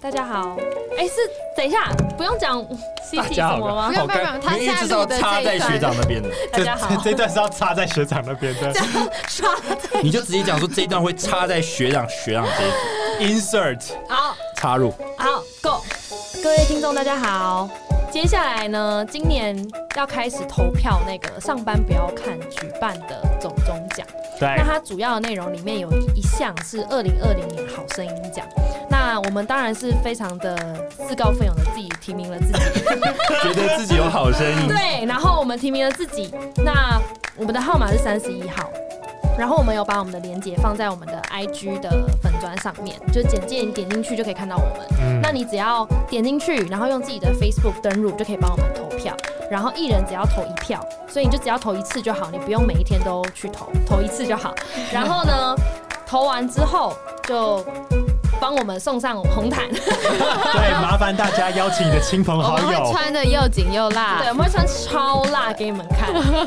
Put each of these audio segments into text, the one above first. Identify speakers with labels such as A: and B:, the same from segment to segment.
A: 大家好，哎、是等一下，不用讲 CT 什么吗？
B: 不用不用不用他
C: 明明
B: 现在
C: 知道
B: 录的这
C: 插
B: 一
C: 在
B: 段
C: 学长那边 的，
A: 大家好
D: 这，这段是要插在学长那边的
B: 刷
C: 你就直接讲说这一段会插在学长学长这一组
D: insert。
A: 好
C: 插入。
A: 好，Go！各位听众大家好，接下来呢，今年要开始投票那个上班不要看举办的总中奖。
D: 对
E: 哎
A: 那，它主要的内容里面有一项是二零二零年好声音奖，那我们当然是非常的自告奋勇的自己提名了自己，
C: 觉得自己有好声
E: 嗯
C: 音，
A: 对，然后我们提名了自己，那我们的号码是三十一号。然后我们有把我们的链接放在我们的 IG 的粉砖上面，就简介你点进去就可以看到我们。
D: 嗯
A: 那你只要点进去，然后用自己的 Facebook 登录，就可以帮我们投票。然后一人只要投一票，所以你就只要投一次就好，你不用每一天都去投，投一次就好。然后呢，投完之后就帮我们送上红毯，
D: 对，麻烦大家邀请你的亲朋
B: 我
D: 好
B: 们会
D: 友。
B: 穿的又紧又辣
A: 对，，我们会穿超辣给你们 看。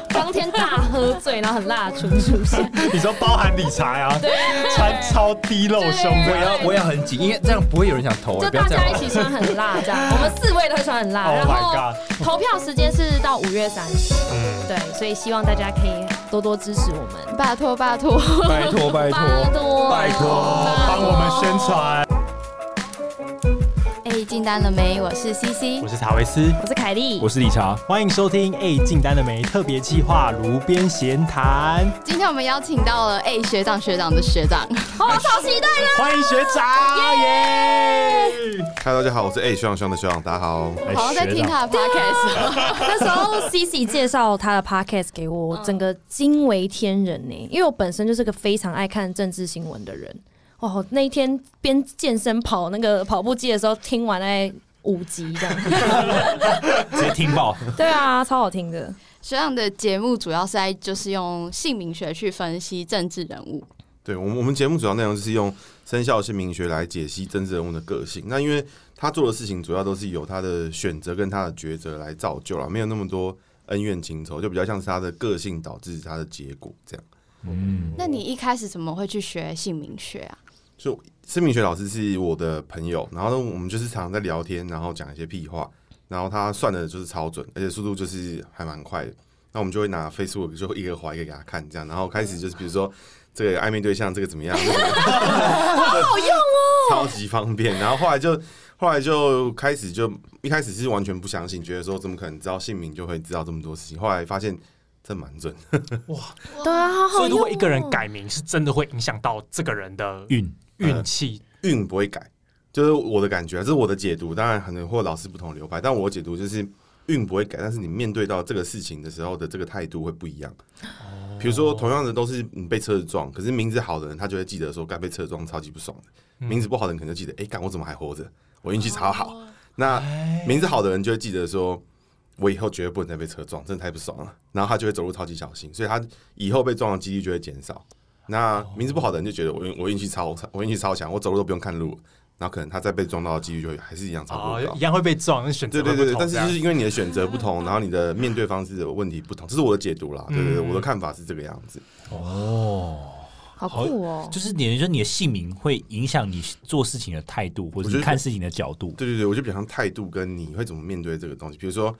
A: 当天大喝醉，然后很辣的出出 现，
D: 你说包含理财啊，穿超低露胸
C: 我也
D: 的。
C: 要我也要很紧，因为这样不会有人想投、
A: 就
C: 不要
A: 大
C: 这样
A: 家
C: 好
A: 一起
C: 了。
A: 穿很辣这样。我们四位都会穿 很辣，
D: Oh
A: 然
D: my
A: 后
D: god！
A: 投票时间是到五月三十，
D: 嗯，
A: 对，所以希望大家可以多多支持我们。
B: 拜托拜托，
C: 拜托拜托，
A: 托
C: 拜托
D: 帮我们宣。传。
B: 哎，进单了没？我是 CC，
D: 我是查维斯，
A: 我是凯莉
C: 我，是理查，
D: 欢迎收听《A 进单的美》特别计划《炉边闲谈
B: 今天我们邀请到了哎学长学长的学长，
A: 哦，超期待的。》，
D: 欢迎学长，耶！
F: 嗨，大家好，我是 A 学长学长的学长，大家好。
E: 哎
B: 好像在听他的 podcast，
A: 那时候 Cici 介绍他的 podcast 给我，我整个惊为天人呢、因为我本身就是个非常爱看政治新闻的人。哦，那一天边健身跑那个跑步机的时候，听完那五集这样。
C: 直接听爆。
A: 对啊，超好听的。
B: 学长的节目主要是在就是用姓名学去分析政治人物，
F: 对我们，我们节目主要内容就是用生肖姓名学来解析政治人物的个性。那因为他做的事情主要都是由他的选择跟他的抉择来造就了，没有那么多恩怨情仇，就比较像是他的个性导致他的结果这样。
B: 那你一开始怎么会去学姓名学啊？
F: 所以施明学老师是我的朋友，然后呢，我们就是常常在聊天，然后讲一些屁话，然后他算的就是超准，而且速度就是还蛮快的。那我们就会拿 Facebook 就一个划一个给他看，这样，然后开始就是比如说这个暧昧对象这个怎么样，这个好用哦， 超级方便。然后后来就后来就开始就一开始是完全不相信，觉得说怎么可能知道姓名就会知道这么多事情，后来发现这蛮准的。
A: 对啊，好好
E: 所以如果
A: 用
E: 一个人
A: 哦
E: 改名，是真的会影响到这个人的
C: 运
E: 哦运呃气。
F: 运不会改，就是我的感觉，这是我的解读。当然，可能或老师不同流派，但我的解读就是运不会改，但是你面对到这个事情的时候的这个态度会不一样。比如说，同样的都是你被车子撞，可是名字好的人他就会记得说，干被车撞超级不爽的；名字不好的人可能就记得，哎、干我怎么还活着？我运气超好。那名字好的人就会记得说，我以后绝对不能再被车撞，真的太不爽了。然后他就会走路超级小心，所以他以后被撞的几率就会减少。那名字不好的人就觉得我运我运气超我运气超强，我走路都不用看路，然后可能他再被撞到的几率就会还是一样超过
E: 哦，
F: 高
E: 一。样会被撞，但选择
F: 对
E: 会
F: 对
E: 不同
F: 对对，但是
E: 这
F: 就
E: 样
F: 是因为你的选择不同，然后你的面对方式的问题不同，这是我的解读啦。对对对，
E: 嗯
F: 我的看法是这个样子。
C: 哦，
B: 好酷哦！
C: 就是等于说你的姓名会影响你做事情的态度，或者
F: 我
C: 是
F: 觉得
C: 看事情的角度。
F: 对对对，我就比较像态度跟你会怎么面对这个东西。比如说，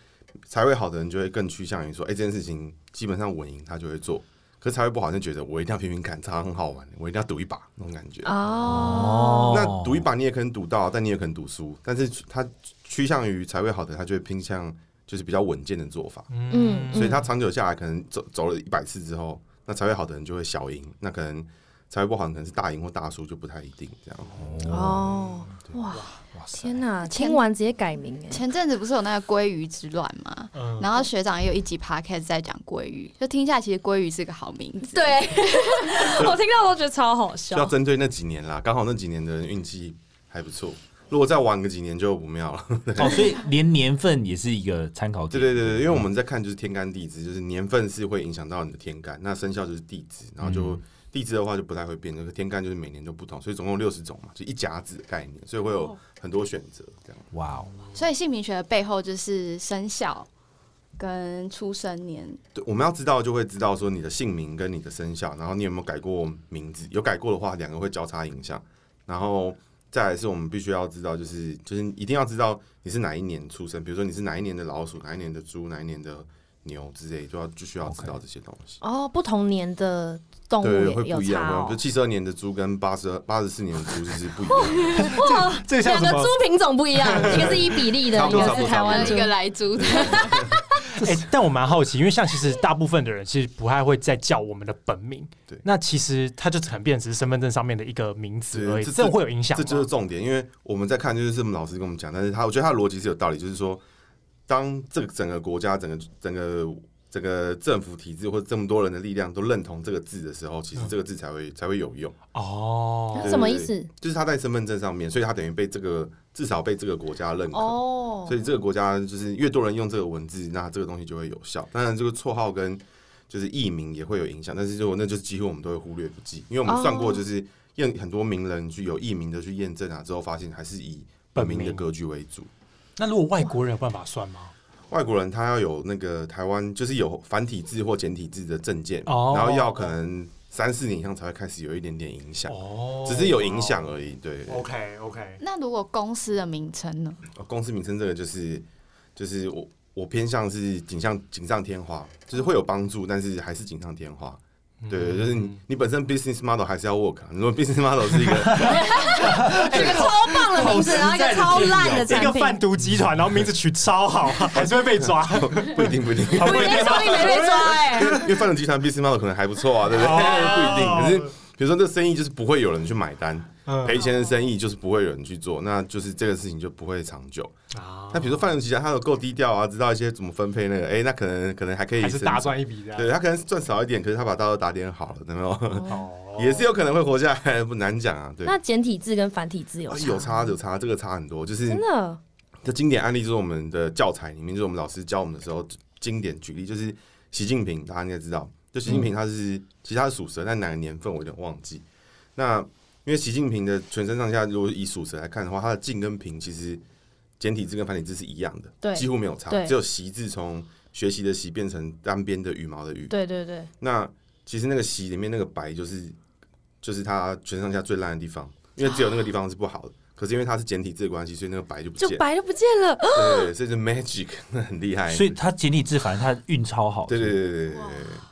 F: 财位好的人就会更趋向于说，哎、这件事情基本上稳赢他就会做。可是财位不好，就觉得我一定要拼拼看，它很好玩，我一定要赌一把那种感觉。
A: 哦，
F: 那赌一把你也可能赌到，但你也可能赌输。但是他趋向于财位好的，他就会偏向就是比较稳健的做法。
A: 嗯，
F: 所以他长久下来，可能走走了一百次之后，那财位好的人就会小赢，那可能财位不好的人可能是大赢或大输，就不太一定这样。
A: 哦，哇，天哪，听
B: 前
A: 完直接改名哎。
B: 前阵子不是有那个鲑鱼之乱吗？
E: 嗯
B: 然后学长也有一集 podcast 在讲鲑鱼，就听一下，其实鲑鱼是个好名字。
A: 对，我听到都觉得超好
F: 就要
A: 笑。
F: 针对那几年啦，刚好那几年的人运气还不错。如果再晚个几年就不妙了。
C: 哦，所以连年份也是一个参考
F: 对
C: 点。
F: 对对对，因为我们在看就是天干地支，就是年份是会影响到你的天干，那生肖就是地支，然后就、地支的话就不太会变，那个天干就是每年都不同，所以总共六十种嘛，就一甲子的概念，所以会有很多选择这样。
C: 哇哦，
B: 所以姓名学的背后就是生肖跟出生年。
F: 对，我们要知道就会知道说你的姓名跟你的生肖，然后你有没有改过名字，有改过的话，两个会交叉影响。然后再来是我们必须要知道，就是就是一定要知道你是哪一年出生，比如说你是哪一年的老鼠，哪一年的猪，哪一年的牛之类，就要就需要知道这些东西。
A: 哦，不同年的动物也
F: 对，会
A: 有
F: 不一
A: 差
F: 样。
A: 哦
F: 就。七十二年的猪跟八十八十四年的猪就是不一样。
A: 哇，
D: 这个像
A: 两
D: 什
A: 个
D: 么
A: 猪？品种不一样，一个是伊比利的，
F: 差
A: 一
F: 不多
A: 个是台湾
B: 一
A: 猪。
B: 个来租的，
E: 哎、但我蛮好奇，因为像其实大部分的人其实不太会再叫我们的本名，
F: 对
E: 那其实他就可能变成只是身份证上面的一个名字
F: 对
E: 而已，
F: 这
E: 这会有影响
F: 这
E: 吗？
F: 就是重点，因为我们在看，就是我们老师跟我们讲，但是他我觉得他的逻辑是有道理，就是说，当这个整个国家、整个整个整个政府体制或者这么多人的力量都认同这个字的时候，其实
E: 嗯
F: 这个字才会、才会有用。
E: 哦，
A: 什么意思？
F: 就是他在身份证上面，所以他等于被这个至少被这个国家认可。
A: 哦，
F: 所以这个国家就是越多人用这个文字，那这个东西就会有效。当然，这个绰号跟就是艺名也会有影响，但是就那就是几乎我们都会忽略不计，因为我们算过，
A: 哦
F: 就是验很多名人去有艺名的去验证啊，之后发现还是以本
E: 本
F: 名的
E: 名
F: 歌剧为主。
E: 那如果外国人有办法算吗？
F: 外国人他要有那个台湾就是有繁体字或简体字的证件，
E: 哦
F: 然后要可能三四年以上才会开始有一点点影响，
E: 哦
F: 只是有影响而已。对，
E: OK OK，
B: 那如果公司的名称呢？
F: 哦公司名称这个就是就是我我偏向是锦上锦上添花，就是会有帮助，但是还是锦上添花。
E: 嗯
F: 对，就是你你本身 business model 还是要 work 啊。你如果 business model 是一个，
A: 这个超棒的名字，然后一个超烂的
E: 一
A: 产
E: 个
A: 品。
E: 贩毒集团，然后名字取超好， 还是会被抓。
F: 不一定不一定，
A: 我也没说你没被抓哎、
F: 因为犯人集团 business model 可能还不错啊，对不对？
E: 哦
F: 不一定，可是。比如说，这生意就是不会有人去买单，
E: 嗯
F: 赔钱的生意就是不会有人去做，那就是这个事情就不会长久。
E: 啊
F: 那比如说犯人集团，他有够低调啊，知道一些怎么分配那个，哎、那可能可能还可以
E: 还是
F: 生
E: 大赚一笔的。
F: 对他可能赚少一点，可是他把刀都打点好了，有没有？
E: 哦
F: 也是有可能会活下来， 不难讲啊。对，
A: 那简体字跟繁体字有
F: 啊
A: 差？
F: 有差有差，这个差很多。就是
A: 真的
F: 这经典案例，就是我们的教材里面，就是我们老师教我们的时候，经典举例就是习近平，大家应该知道，就习
A: 嗯
F: 近平他是、其实他是属蛇，但哪个年份我有点忘记。那因为习近平的全身上下，如果以属蛇来看的话，他的进跟平其实简体字跟繁体字是一样的，
A: 对
F: 几乎没有差，
A: 对
F: 只有习字从学习的习变成单边的羽毛的羽，
A: 对对对，
F: 那其实那个席里面那个白就是就是它全上下最烂的地方，因为只有那个地方是不好的。可是因为它是简体字的关系，所以那个白就不见
A: 就
F: 了。
A: 白就不见了。
F: 对，对对所以是 magic，那很厉害。
C: 所以他简体字反正他运超好，
F: 对对对对对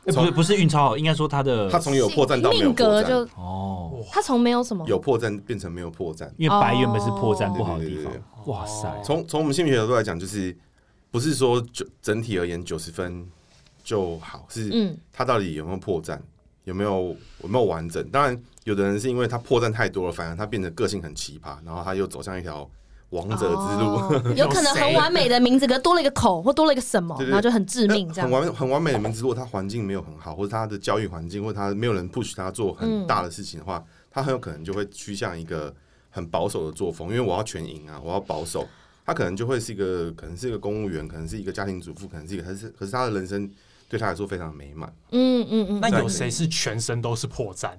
C: 哎，不是不是运超好，应该说他的
F: 对，它从有破绽到没有
A: 命
F: 破
A: 格
F: 绽，
A: 就
C: 哦，
A: 他从没有什么
F: 有破绽变成没有破绽。
C: 因为白原本是破绽
A: 哦
C: 不好的地方
F: 对对，
C: 哇塞，
F: 从从我们心理学角度来讲，就是不是说就整体而言九十分就好，是
A: 嗯
F: 它到底有没有破绽，有没有有没有完整？当然，有的人是因为他破绽太多了，反而他变得个性很奇葩，然后他又走向一条王者之路，
A: 哦有可能很完美的名字，可是多了一个口或多了一个什么，
F: 对对
A: 然后就很致命这
F: 很
A: 样。
F: 完很完美的名字，如果他环境没有很好，或者他的教育环境，或者他没有人 push 他做很
A: 嗯
F: 大的事情的话，他很有可能就会趋向一个很保守的作风，因为我要全赢啊，我要保守。他可能就会是一个，可能是一个公务员，可能是一个家庭主妇，可能是一个，可是可是他的人生对他来说非常美满。
A: 嗯嗯
E: 那
A: 嗯，
E: 有谁是全身都是破绽，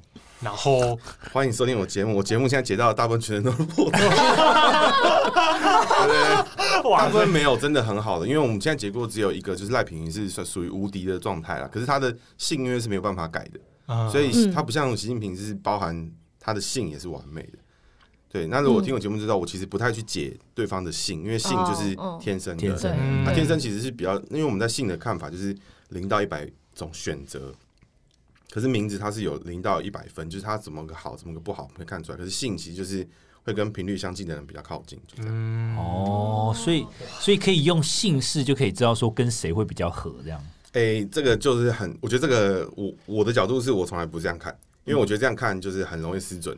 E: 然后
F: 欢迎收听我节目，我节目现在解到的大部分全都是破绽， 大
E: 哇
F: 部分没有真的很好的，因为我们现在结果只有一个，就是赖品妤是算属于无敌的状态了。可是他的性因为是没有办法改的，
E: 嗯
F: 所以
A: 嗯
F: 他不像习近平是包含他的性也是完美的。对，那如果听我节目知道，我其实不太去解对方的性，因为性就是
A: 嗯哦哦
F: 天生的，
C: 天生
A: 对
E: 嗯
F: 那天生其实是比较，因为我们在性的看法就是零到一百种选择，可是名字它是有零到一百分，就是它怎么个好，怎么个不好，我们可以看出来。可是性其实就是会跟频率相近的人比较靠近，就这样。
C: 哦，所以所以可以用姓氏就可以知道说跟谁会比较合这样。
F: 诶、这个就是很，我觉得这个我我的角度是我从来不这样看，因为我觉得这样看就是很容易失准。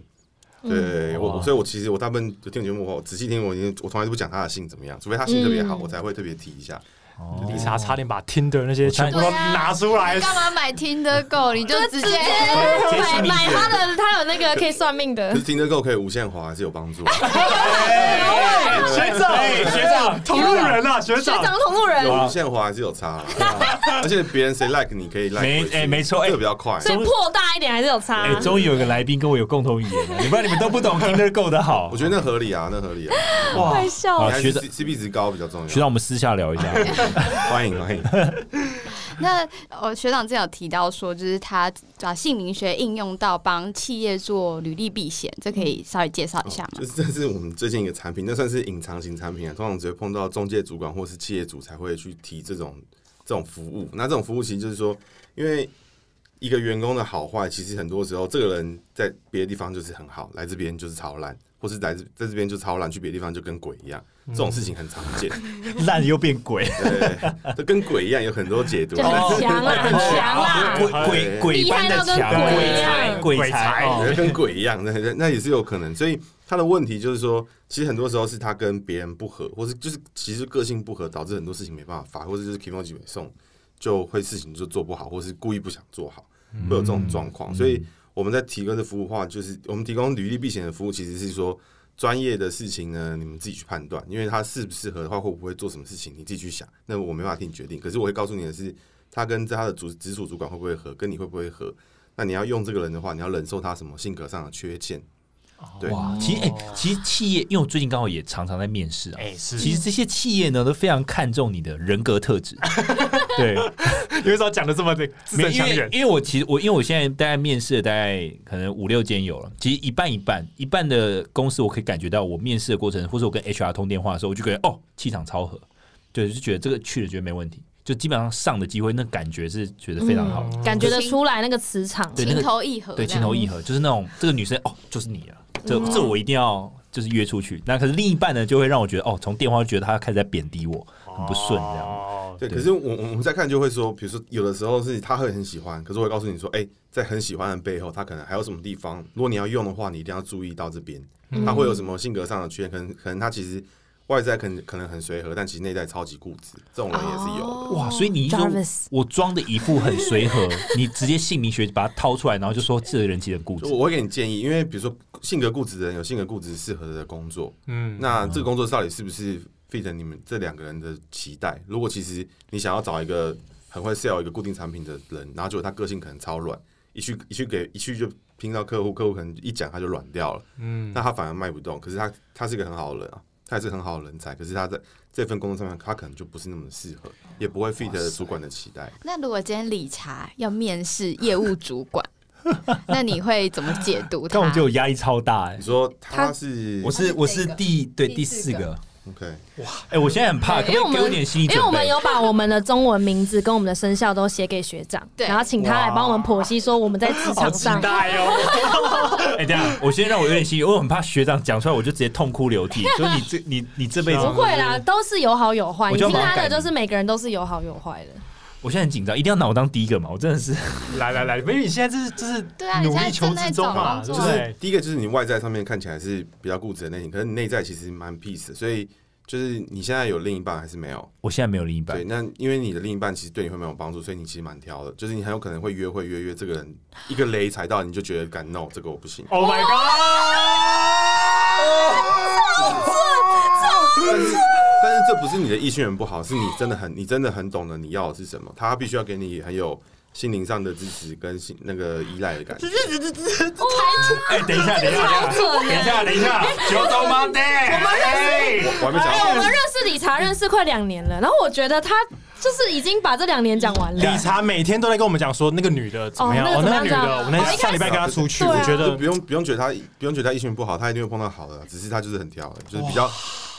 F: 对，我
C: 嗯
F: 我所以，我其实我大部分就听节目的话，我仔细听，我已经我从来都不讲他的姓怎么样，除非他姓特别好，
A: 嗯
F: 我才会特别提一下。
C: 哦
E: 理查差点把 Tinder 那些全部都拿出来
B: 干嘛买 Tinder Go？你就直接
A: 买买他的，他有那个可以算命的
F: 可是听得够可以无限滑还是有帮助的。啊
E: 哎学长，哎学长，同路人啊，学
A: 学长
E: 长，
A: 同路人，
F: 有无限滑还是有差啦，啊而且别人谁 like 你可以 like
C: 啊没
F: 回去
C: 哎没错哎
F: 这个比较快。
A: 所以破大一点还是有差啊
C: 哎。，终于有一个来宾跟我有共同语言了，你不然你们都不懂 Tinder Go 的好。
F: 我觉得那合理啊，那合理啊。
A: 快笑
C: 好
F: 你
A: 了。
F: 还
C: 学
F: 是
C: 长
F: C- CP 值高比较重要。
C: 学长，我们私下聊一下。
F: 欢迎欢迎。
B: 那呃，学长之前有提到说，就是他把姓名学应用到帮企业业做履历避险，这可以稍微介绍一下
C: 嗯
B: 吗
F: 就？是这是我们最近一个产品，那算是隐藏型产品啊，通常只会碰到中介主管或是企业主才会去提这种这种服务。那这种服务其实就是说，因为一个员工的好坏，其实很多时候这个人在别的地方就是很好，来这边就是超烂，或是来自在这边就超烂，去别的地方就跟鬼一样，这种事情很常见。
C: 烂又变鬼，
F: 对，这跟鬼一样，有很多解读。
A: 就
C: 哦
A: 很强啊， 很强啦。
C: 鬼鬼鬼般的强，鬼才哎鬼才哦，
F: 对跟鬼一样， 那那那也是有可能。所以他的问题就是说，其实很多时候是他跟别人不合，或是就是其实个性不合，导致很多事情没办法发，或者就是 k i m o j i 没送，就会事情就做不好，或是故意不想做好，会有这种状况。所以我们在提供的服务的话，就是我们提供履历避险的服务，其实是说。专业的事情呢，你们自己去判断，因为他适不适合的话，会不会做什么事情，你自己去想。那我没办法替你决定，可是我会告诉你的是，他跟他的主直属主管会不会合，跟你会不会合，那你要用这个人的话，你要忍受他什么性格上的缺陷。对
C: 哇，其实哎、其实企业，因为我最近刚好也常常在面试啊，
E: 哎是，
C: 其实这些企业呢都非常看重你的人格特 质，对，
E: 有时候讲的这么的字
C: 没
E: 正
C: 因
E: 腔
C: 为
E: 圆，
C: 因为我其实我因为我现在大概面试了大概可能五六间有了，其实一半一半，一半的公司我可以感觉到我面试的过程，或者我跟 HR 通电话的时候，我就觉得哦气场超合，对，就觉得这个去了觉得没问题，就基本上上的机会那感觉是觉得非常好，
A: 感觉得出来那个磁场，
C: 对那
B: 情
C: 个
B: 投意合这
C: 对，
B: 样，
C: 情投意合，就是那种这个女生哦，就是你了，这、这我一定要就是约出去。那可是另一半呢，就会让我觉得哦，从电话就觉得他开始在贬低我，很不顺这样。
E: 哦
F: 对，
C: 对
F: 可是我我们在看就会说，比如说有的时候是他会很喜欢，可是我会告诉你说，哎、在很喜欢的背后，他可能还有什么地方，如果你要用的话，你一定要注意到这边，
C: 嗯
F: 他会有什么性格上的缺陷，可能可能他其实外在可能可能很随和，但其实内在超级固执，这种人也是有的。
C: 哇，所以你一说
A: Jarvis
C: 我装的一副很随和， 你直接姓名学把它掏出来，然后就说这个人其实很固
F: 就
C: 执。
F: 我会给你建议，因为比如说性格固执的人有性格固执适合的工作，
E: 嗯，
F: 那这个工作到底是不是 fit 你们这两个人的期待？如果其实你想要找一个很会 sell 一个固定产品的人，然后结果他个性可能超软，一去一去给一去就拼到客户，客户可能一讲他就软掉了，嗯，那他反而卖不动。可是他他是一个很好的人啊，他也是很好的人才，可是他在这份工作上面，他可能就不是那么适合，也不会 fit 主管的期待。
B: 那如果今天理查要面试业务主 管，那你会怎么解读
C: 但我
B: 他？
C: 觉得我压力超大哎、
F: 你说他
B: 他
F: 是
C: 我是
A: 哦
B: 他是
C: 我是
B: 这个
C: 第对
B: 第
C: 第
B: 四
C: 四个，
F: OK，
C: 哎、我现在很怕，可
A: 对
C: 不
A: 因为
C: 可
A: 我
C: 以给我
A: 们
C: 点心理
A: 因
C: 准
A: 为
C: 备？
A: 我们有把我们的中文名字跟我们的生肖都写给学长，
B: 对
A: 然后请他来帮我们剖析说我们在职
E: 好
A: 场
E: 期
C: 啊
A: 上
E: 待哦，
C: 哎、等一下，我先让我有点心理，因为我很怕学长讲出来我就直接痛哭 流涕，就是你这你你这辈子
A: 不会啦，都是有好有坏。
C: 嗯我
A: 你
C: 就
A: 听
C: 把它
A: 他的，
C: 改
A: 就
C: 名
A: 是每个人都是有好有坏的。
C: 我现在很紧张，一定要拿我当第一个嘛！我真的是，
E: 来来来，因为你现在这是这是
B: 对啊你
E: 努
B: 现
E: 力
B: 在
E: 求
B: 正在
E: 职中嘛，对
B: 找工
E: 不
B: 作
E: 对？
F: 第一个就是你外在上面看起来是比较固执的类型，可是你内在其实蛮 peace 的，所以就是你现在有另一半还是没有？
C: 我现在没有另一半
F: 对，，那因为你的另一半其实对你会蛮有帮助，所以你其实蛮挑的，就是你很有可能会约会约约这个人一个雷踩到，你就觉得敢 no 这个我不行。
E: Oh my god！
F: 但是但是这不是你的异性缘不好，是你真的很你真的很懂得你要的是什么，他必须要给你很有心灵上的支持跟心那个依赖的感觉。
C: 哎、等一下，
A: 啊
C: 等一下，
A: 可
C: 等一下，等一下，九州妈的，
F: 我我还没讲
C: 嗯
A: 我们
F: 到，
A: 认识理查认识快两年了，然后我觉得他就是已经把这两年讲完了。
E: 理查每天都在跟我们讲说那个女的怎么样，
A: 哦
E: 哦，
A: 那
E: 那
A: 个
E: 个女
A: 怎么样
E: 的，我那
A: 哦一开
E: 天
A: 始
E: 上礼拜跟她出去，
A: 对啊
E: 我觉
F: 就
E: 得
F: 不用不用觉得他不用觉得他异性缘不好，他一定会碰到好的，只是他就是很挑的，就是比较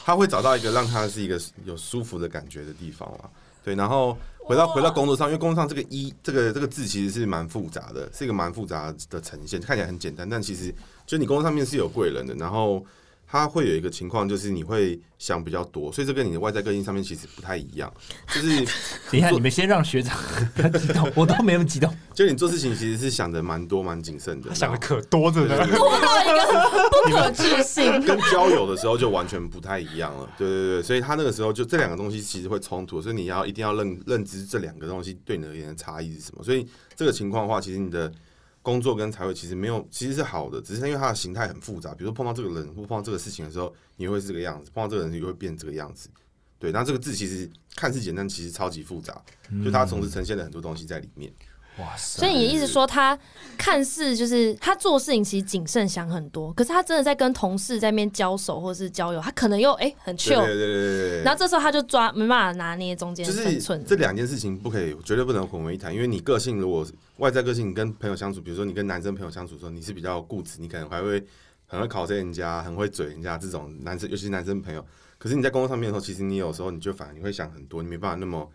F: 他会找到一个让他是一个有舒服的感觉的地方啊。对，然后回到回到工作上，因为工作上这个一这个这个字其实是蛮复杂的，是一个蛮复杂的呈现，看起来很简单，但其实就你工作上面是有贵人的，然后他会有一个情况就是你会想比较多，所以这跟你的外在个性上面其实不太一样，就是。
C: 等一下，你们先让学长 不要激动，我都没那么激动。
F: 就你做事情其实是想的蛮多蛮谨慎的，
E: 她想的
F: 然后
E: 可多着 呢。
A: 多到一个不可置信。
F: 跟交友的时候就完全不太一样了， 对对对，所以他那个时候就这两个东西其实会冲突，所以你要一定要认认知这两个东西对你而言的差异是什么。所以这个情况的话，其实你的工作跟财会其实没有，其实是好的，只是因为它的形态很复杂。比如说碰到这个人或碰到这个事情的时候，你会是这个样子；碰到这个人，你会变这个样子。对，那这个字其实看似简单，其实超级复杂，就它同时呈现了很多东西在里面。
C: 哇塞！
A: 所以你的意思说，他看似就是他做事情其实谨慎想很多，可是他真的在跟同事在面交手或是交友，他可能又哎、很
F: 对
A: chill，
F: 对对对对对。
A: 然后这时候他就抓没办法拿捏中间
F: 就
A: 的
F: 是
A: 分寸。
F: 这两件事情不可以，绝对不能混为一谈。因为你个性如果外在个性，你跟朋友相处，比如说你跟男生朋友相处的时候，你是比较固执，你可能还会很会考试人家，很会嘴人家这种男生，尤其是男生朋友。可是你在工作上面的时候，其实你有时候你就反而你会想很多，你没办法那么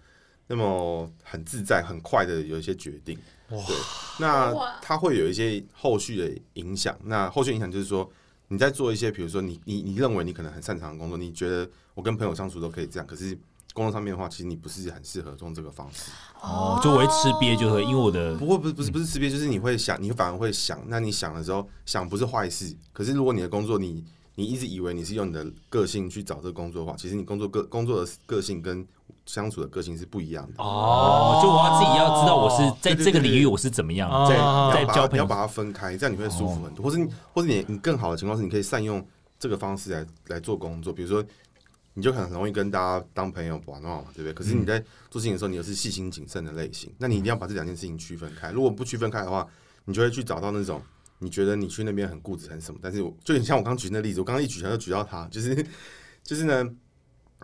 F: 那么很自在、很快的有一些决定。
E: 哇
F: 对，那它会有一些后续的影响。那后续影响就是说，你在做一些，比如说你你你认为你可能很擅长的工作，你觉得我跟朋友相处都可以这样，可是工作上面的话，其实你不是很适合用这个方式。
C: 哦，就我会吃瘪，就会因为我的
F: 不过不是不是不是识别，就是你会想，你反而会想。那你想的时候，想不是坏事。可是如果你的工作你你一直以为你是用你的个性去找这个工作的话，其实你工作个工作的个性跟相处的个性是不一样的。
C: 哦，就我要自己要知道我是在
F: 对对
C: 这个领
F: 对
C: 域
F: 对
C: 我是怎么样，
E: 哦
F: 在
E: 啊
F: 你
C: 在
F: 要把
C: 交
F: 它
C: 朋
F: 你
C: 友
F: 要把它分开，这样你会舒服很多。或是你哦或是你你更好的情况是，你可以善用这个方式来来做工作，比如说。你就很容易跟大家当朋友玩闹嘛，
C: 嗯
F: 对不对？可是你在做事情的时候，你又是细心谨慎的类型，那你一定要把这两件事情区分开。如果不区分开的话，你就会去找到那种你觉得你去那边很固执很什么，但是我就很像我刚举那例子，我刚刚一举他就举到他，就是就是呢，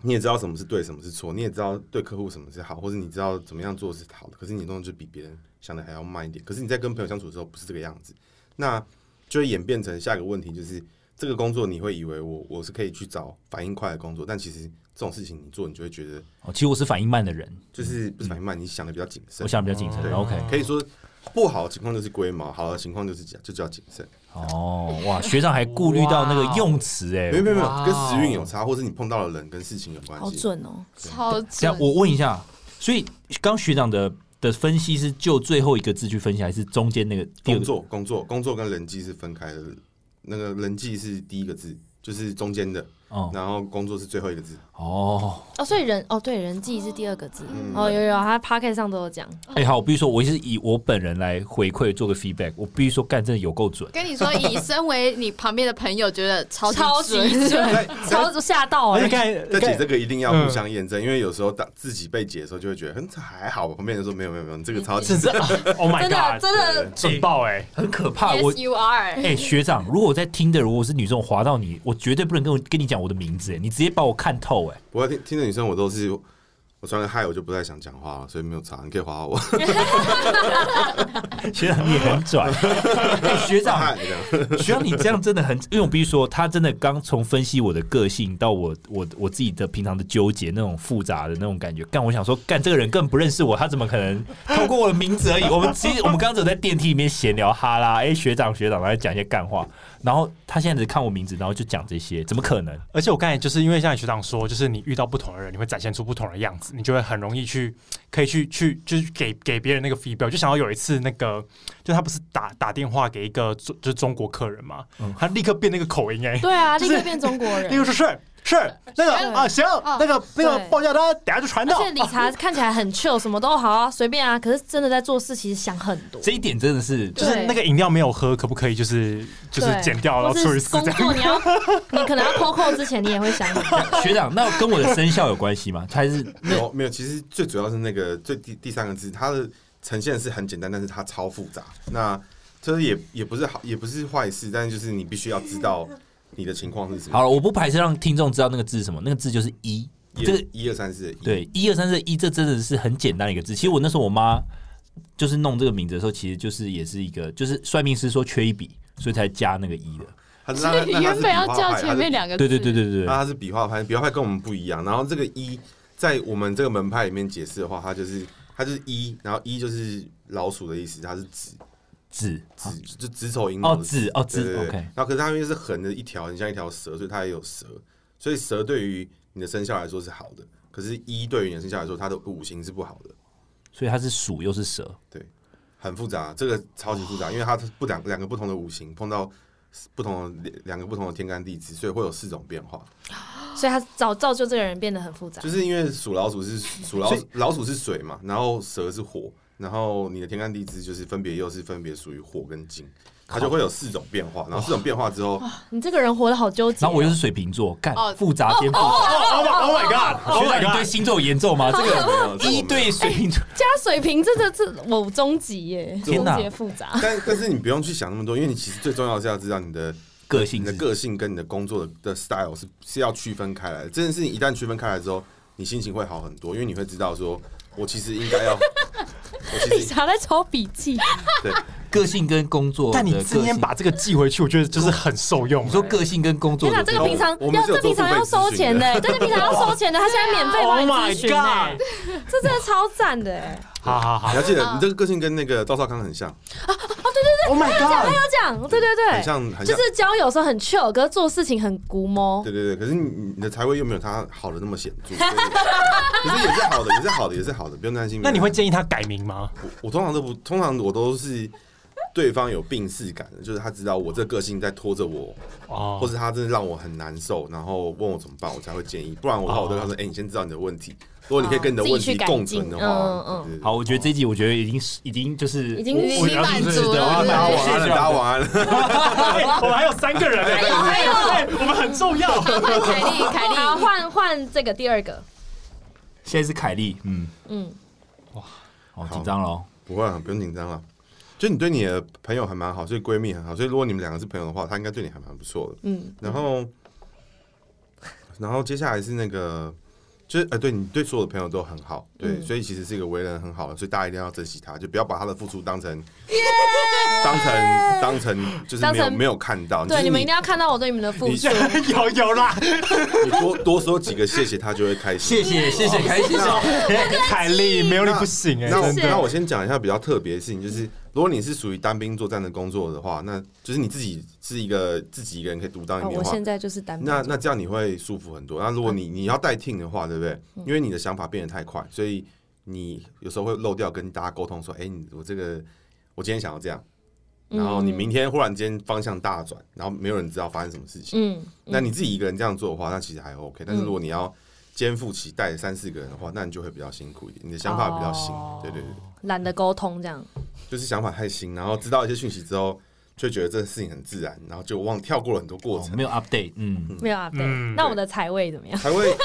F: 你也知道什么是对，什么是错，你也知道对客户什么是好，或者你知道怎么样做是好的，可是你弄就比别人想的还要慢一点。可是你在跟朋友相处的时候不是这个样子，那就会演变成下一个问题，就是这个工作你会以为我我是可以去找反应快的工作，但其实这种事情你做，你就会觉得
C: 哦其实我是反应慢的人，
F: 就是不是反应慢，你想的比较谨慎
C: 嗯我。想比较谨慎。
F: 对
C: OK，
F: 可以说不好的情况就是龟毛，好的情况就是这样就叫谨慎。
C: 哦，哇，学长还顾虑到那个用词哎
F: 没有，没有没有，
E: 哇
F: 跟时运有差，或是你碰到的人跟事情有关
A: 好
F: 系。
A: 准哦！
B: 超
C: 这样
B: 准。
C: 我问一下，所以刚学长的的分析是就最后一个字去分析，还是中间那个第二
F: 工
C: 个？
F: 作工作工作跟人际是分开的，那个人际是第一个字，就是中间的，
C: 哦
F: 然后工作是最后一个字。
C: 哦，
A: 哦，所以人哦对人际是第二个字
F: 嗯
A: 哦，有有，他 p o c k e t 上都有 讲，
C: 哎、好，我必须说，我是以我本人来回馈做个 feedback，我必须说干真的有够准。
B: 跟你说，以身为你旁边的朋友，觉得超
A: 超级
B: 准
A: 准，超级吓到哎
E: 而且！看
F: 但解这个一定要互相验证，因为有时候当自己被解的时候，就会觉得嗯这还好吧。旁边人说没有没有没有，你这个超级
E: 真是 Oh my
A: 真的
E: God，
A: 真的
E: 准爆哎！
C: 很可怕。啊我
B: ，Yes you are
C: 哎、。学长，如果我在听的，如果我是女生，我滑到你，我绝对不能跟我跟你讲我的名字，哎，你直接把我看透，哎，
F: 不过听听着女生我都是我传个嗨，我就不太想讲话了，所以没有差。你可以划划我，
C: 学长你也很拽。 哎、学
F: 嗨
C: 长，
F: 这样。
C: 学长你这样真的很，因为我必须说，他真的刚从分析我的个性到我我我自己的平常的纠结那种复杂的那种感觉，干我想说，干这个人更不认识我，他怎么可能通过我的名字而已？我们其实我们刚刚只有在电梯里面闲聊哈啦，哎、学长学长，然后讲一些干话，然后他现在只看我名字，然后就讲这些，怎么可能？
E: 而且我刚才就是因为像你学长说，就是你遇到不同的人，你会展现出不同的样子，你就会很容易去可以去去就是给给别人那个 feedback。我就想到有一次那个，就他不是打打电话给一个中就是中国客人嘛，
C: 嗯
E: 他立刻变那个口音哎、欸，
A: 对啊，
E: 就
A: 立
E: 是
A: 刻变中国
E: 立刻
A: 人。
E: 说是是那个
A: 是
E: 啊行，那个那个
A: 呃哦对
E: 报价单等下就传
A: 而
E: 到
A: 且。理查看起来很 chill，什么都好啊，随便啊。可是真的在做事，其实想很多。
C: 这一点真的是
E: 就是那个饮料没有喝，可不可以就是就是
A: 对
E: 剪掉，然后
A: 或
E: 除以
A: 是
E: 四
A: 工
E: 这样？
A: 作你要，你可能要扣扣之前，你也会想很多。
C: 学长，那跟我的生肖有关系吗？还是
F: 没有没有，其实最主要是那个最第第三个字，它的呈现是很简单，但是它超复杂。那这也也不是好，也不是坏事，但是就是你必须要知道你的情况是什么。
C: 好了，我不排斥让听众知道那个字是什么，那个字就是一。
F: 一，
C: 这个
F: 一二三四，一，
C: 对一二三四一，这真的是很简单的一个字。其实我那时候我妈就是弄这个名字的时候，其实就是也是一个，就是算命师说缺一笔，所以才加那个一的。
F: 它是
B: 所以
F: 那
B: 原本要叫前面，两个字，
C: 对对对对对
F: 那它是笔画派，那它是笔画派，笔画派跟我们不一样。然后这个一在我们这个门派里面解释的话，它就是它就是一，然后一就是老鼠的意思，它是子
C: 字
F: 子就子丑寅卯
C: 哦
F: 的
C: 字哦字
F: 对对对
C: ，OK
F: 然后可是它因为是横的一条，你像一条蛇，所以它也有蛇，所以蛇对于你的生肖来说是好的，可是一对于你的生肖来说，它的五行是不好的，
C: 所以它是鼠又是蛇。
F: 很复杂，这个超级复杂，因为它是不两两个不同的五行碰到不同的两个不同的天干地支，所以会有四种变化。
A: 所以他造造就这个人变得很复杂
F: 就。是因为属老鼠是属老鼠，老鼠是水嘛，然后蛇是火，然后你的天干地支就是分别又是分别属于火跟金，它就会有四种变化，然后四种变化之后，
A: 你这个人活得好纠结
C: 然
A: 哦。
C: 后我又是水瓶座，干
B: 哦
C: 复杂兼复杂。
E: Oh my oh my
A: 哦
E: god！Oh
C: 学
E: my
C: 长，你
E: god！
C: 对星座有研究吗？这个
F: 没有这
C: 一
F: 我没有
C: 对水瓶座，
A: 加水瓶，这这这我终极耶，
C: 天哪
A: 纠结复杂。
F: 但但是你不用去想那么多，因为你其实最重要的是要知道你的
C: 个
F: 你
C: 性
F: 的
C: 是
F: 个性跟你的工作的的 style 是是要区分开来的。这件事情一旦区分开来之后，你心情会好很多，因为你会知道说，我其实应该 要，我其
A: 李
F: 实
A: 查在抄笔记，
C: 个性跟工作的
E: 但
C: 个性。
E: 你今天把这个寄回去，我觉得就是很受用。啊
C: 你说个性跟工作
A: 天哪，
C: 的
A: 这
C: 这
A: 个
C: 个
A: 平常
F: 我们
A: 要
F: 是有
A: 这平常要
F: 做
A: 收
F: 付费咨询
A: 钱的，
F: 的
A: 这是平常要收钱的，他 现在免费帮
E: Oh
A: 你
E: my
A: 咨询哎
E: god！，
A: 这真的超赞的哎。
E: 好好好
F: 你，要记得，你这个个性跟那个赵少康很像，
E: Oh my
A: 他
E: god！
A: 有讲，哦对对对，
F: 很像很
A: 就
F: 像
A: 是交友时候很 chill，可是做事情很古摸。
F: 对对对，可是你你的财位又没有他好的那么显著，所以 可是也是好的，也是好的，也是好的，不用担心。
E: 那你
F: 不
E: 会
F: 用担
E: 建议他改名吗？
F: 心我我通常都不，通常我都是对方有病逝感的，就是他知道我这个性在拖着我，
E: 哦，
F: 或是他真的让我很难受，然后问我怎么办，我才会建议。不然我的话，
E: 哦
F: 我都会说，哎，你先知道你的问题，如果你可以跟你的问题共存的话
A: 自，
F: 对对对
C: 好，我觉得这一集我觉得已经是已经就是
A: 已经
C: 我
B: 已经
C: 我
B: 满
C: 是
B: 足
C: 的
B: 了
C: 我
F: 大
C: 是满足谢
F: 家晚安，
C: 谢
F: 大家晚安。
E: 哎我们还有三个人，哎，
A: 还有
E: 哎我们很重 要。
B: 换凯莉，凯莉，
A: 好，换换这个第二个，
C: 现在是凯莉，嗯，
A: 嗯，
C: 好紧张喽。
F: 不会啊，不用紧张了。就你对你的朋友还蛮好，所以闺蜜很好，所以如果你们两个是朋友的话，他应该对你还蛮不错的。
A: 嗯，
F: 然后，然后接下来是那个，就是呃，对你对所有的朋友都很好，对，
A: 嗯
F: 所以其实是一个为人很好的，所以大家一定要珍惜他，就不要把他的付出当成当成当成就是
A: 当
F: 没有
A: 成
F: 没有看到，就
A: 对，
F: 是
A: 你们一定要看到我对你们的付出。
E: 有有啦，
F: 你多多说几个谢谢，他就会开
C: 谢
F: 心。
C: 谢谢谢凯莉，谢嗯谢。
E: 哎凯莉没有你
F: 那
E: 不行哎，
F: 那我
E: 真的
F: 那我先讲一下比较特别的事情，就是如果你是属于单兵作战的工作的话，那就是你自己是一个自己一个人可以独当一
A: 哦
F: 面
A: 我
F: 的话，
A: 现在嗯就是单
F: 那那这样你会舒服很多。那如果你你要代听的话，对不对？因为你的想法变得太快，所以你有时候会漏掉跟大家沟通说，哎、你我这个我今天想要这样，然后你明天忽然间方向大转，然后没有人知道发生什么事情。
A: 嗯，
F: 那你自己一个人这样做的话，那其实还 OK。但是如果你要肩负起带三四个人的话，那你就会比较辛苦一点，你的想法比较新。
A: 哦
F: 对对对，
A: 懒得沟通这
F: 嗯
A: 样，
F: 就是想法太新，然后知道一些讯息之后，就觉得这个事情很自然，然后就忘跳过了很多过
C: 哦
F: 程。
C: 没有 update，嗯，
A: 没有啊？对
E: 嗯，
A: 那我的财位怎么样？
F: 财位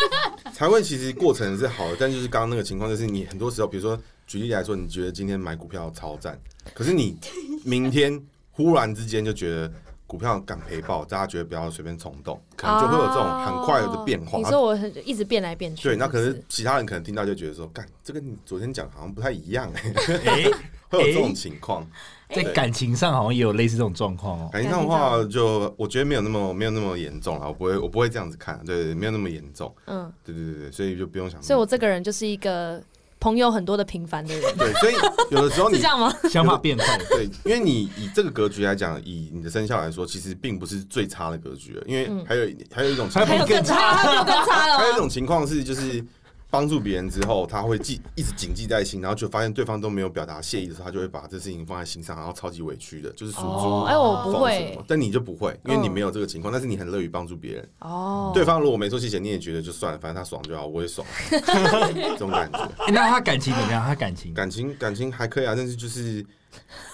F: 财位其实过程是好的，但就是刚刚那个情况，就是你很多时候，比如说举例来说，你觉得今天买股票超赞，可是你明天忽然之间就觉得股票敢赔爆，大家觉得不要随便冲动，可能就会有这种很快的变化。
A: 哦你说我很一直变来变去，
F: 对，那可
A: 是
F: 是
A: 不是
F: 其他人可能听到就觉得说，干这跟你昨天讲好像不太一样、欸，
C: 哎，
F: 会有这种情况。
C: 在感情上好像也有类似这种状况哦。
F: 感情上的话，就我觉得没有那么没有那么严重啦，我不会我不会这样子看，对对对，没有那么严重，
A: 嗯，
F: 对对对对，所以就不用想那么多。
A: 所以我这个人就是一个朋友很多的平凡的人，
F: 对，所以有的时候 你
A: 是这样吗？
C: 想法变快，
F: 对，因为你以这个格局来讲，以你的生肖来说，其实并不是最差的格局了，因为还有、还有一种情
A: 还有
F: 况，
A: 更差，还有更差了
F: 还 有一
A: 吗？
F: 种情况是就是。帮助别人之后，他会记一直谨记在心，然后就发现对方都没有表达谢意的时候，他就会把这事情放在心上，然后超级委屈的，就是属猪。
A: 哦，哎，我不
F: 风什
A: 会
F: 么，但你就不会，因为你
A: 嗯
F: 没有这个情况，但是你很乐于帮助别人。
A: 哦，
F: 对方如果没说谢谢，你也觉得就算了，反正他爽就好，我也爽， 这种感觉。
C: 哎那他感情怎么样？他感情
F: 感情感情还可以啊，但是就是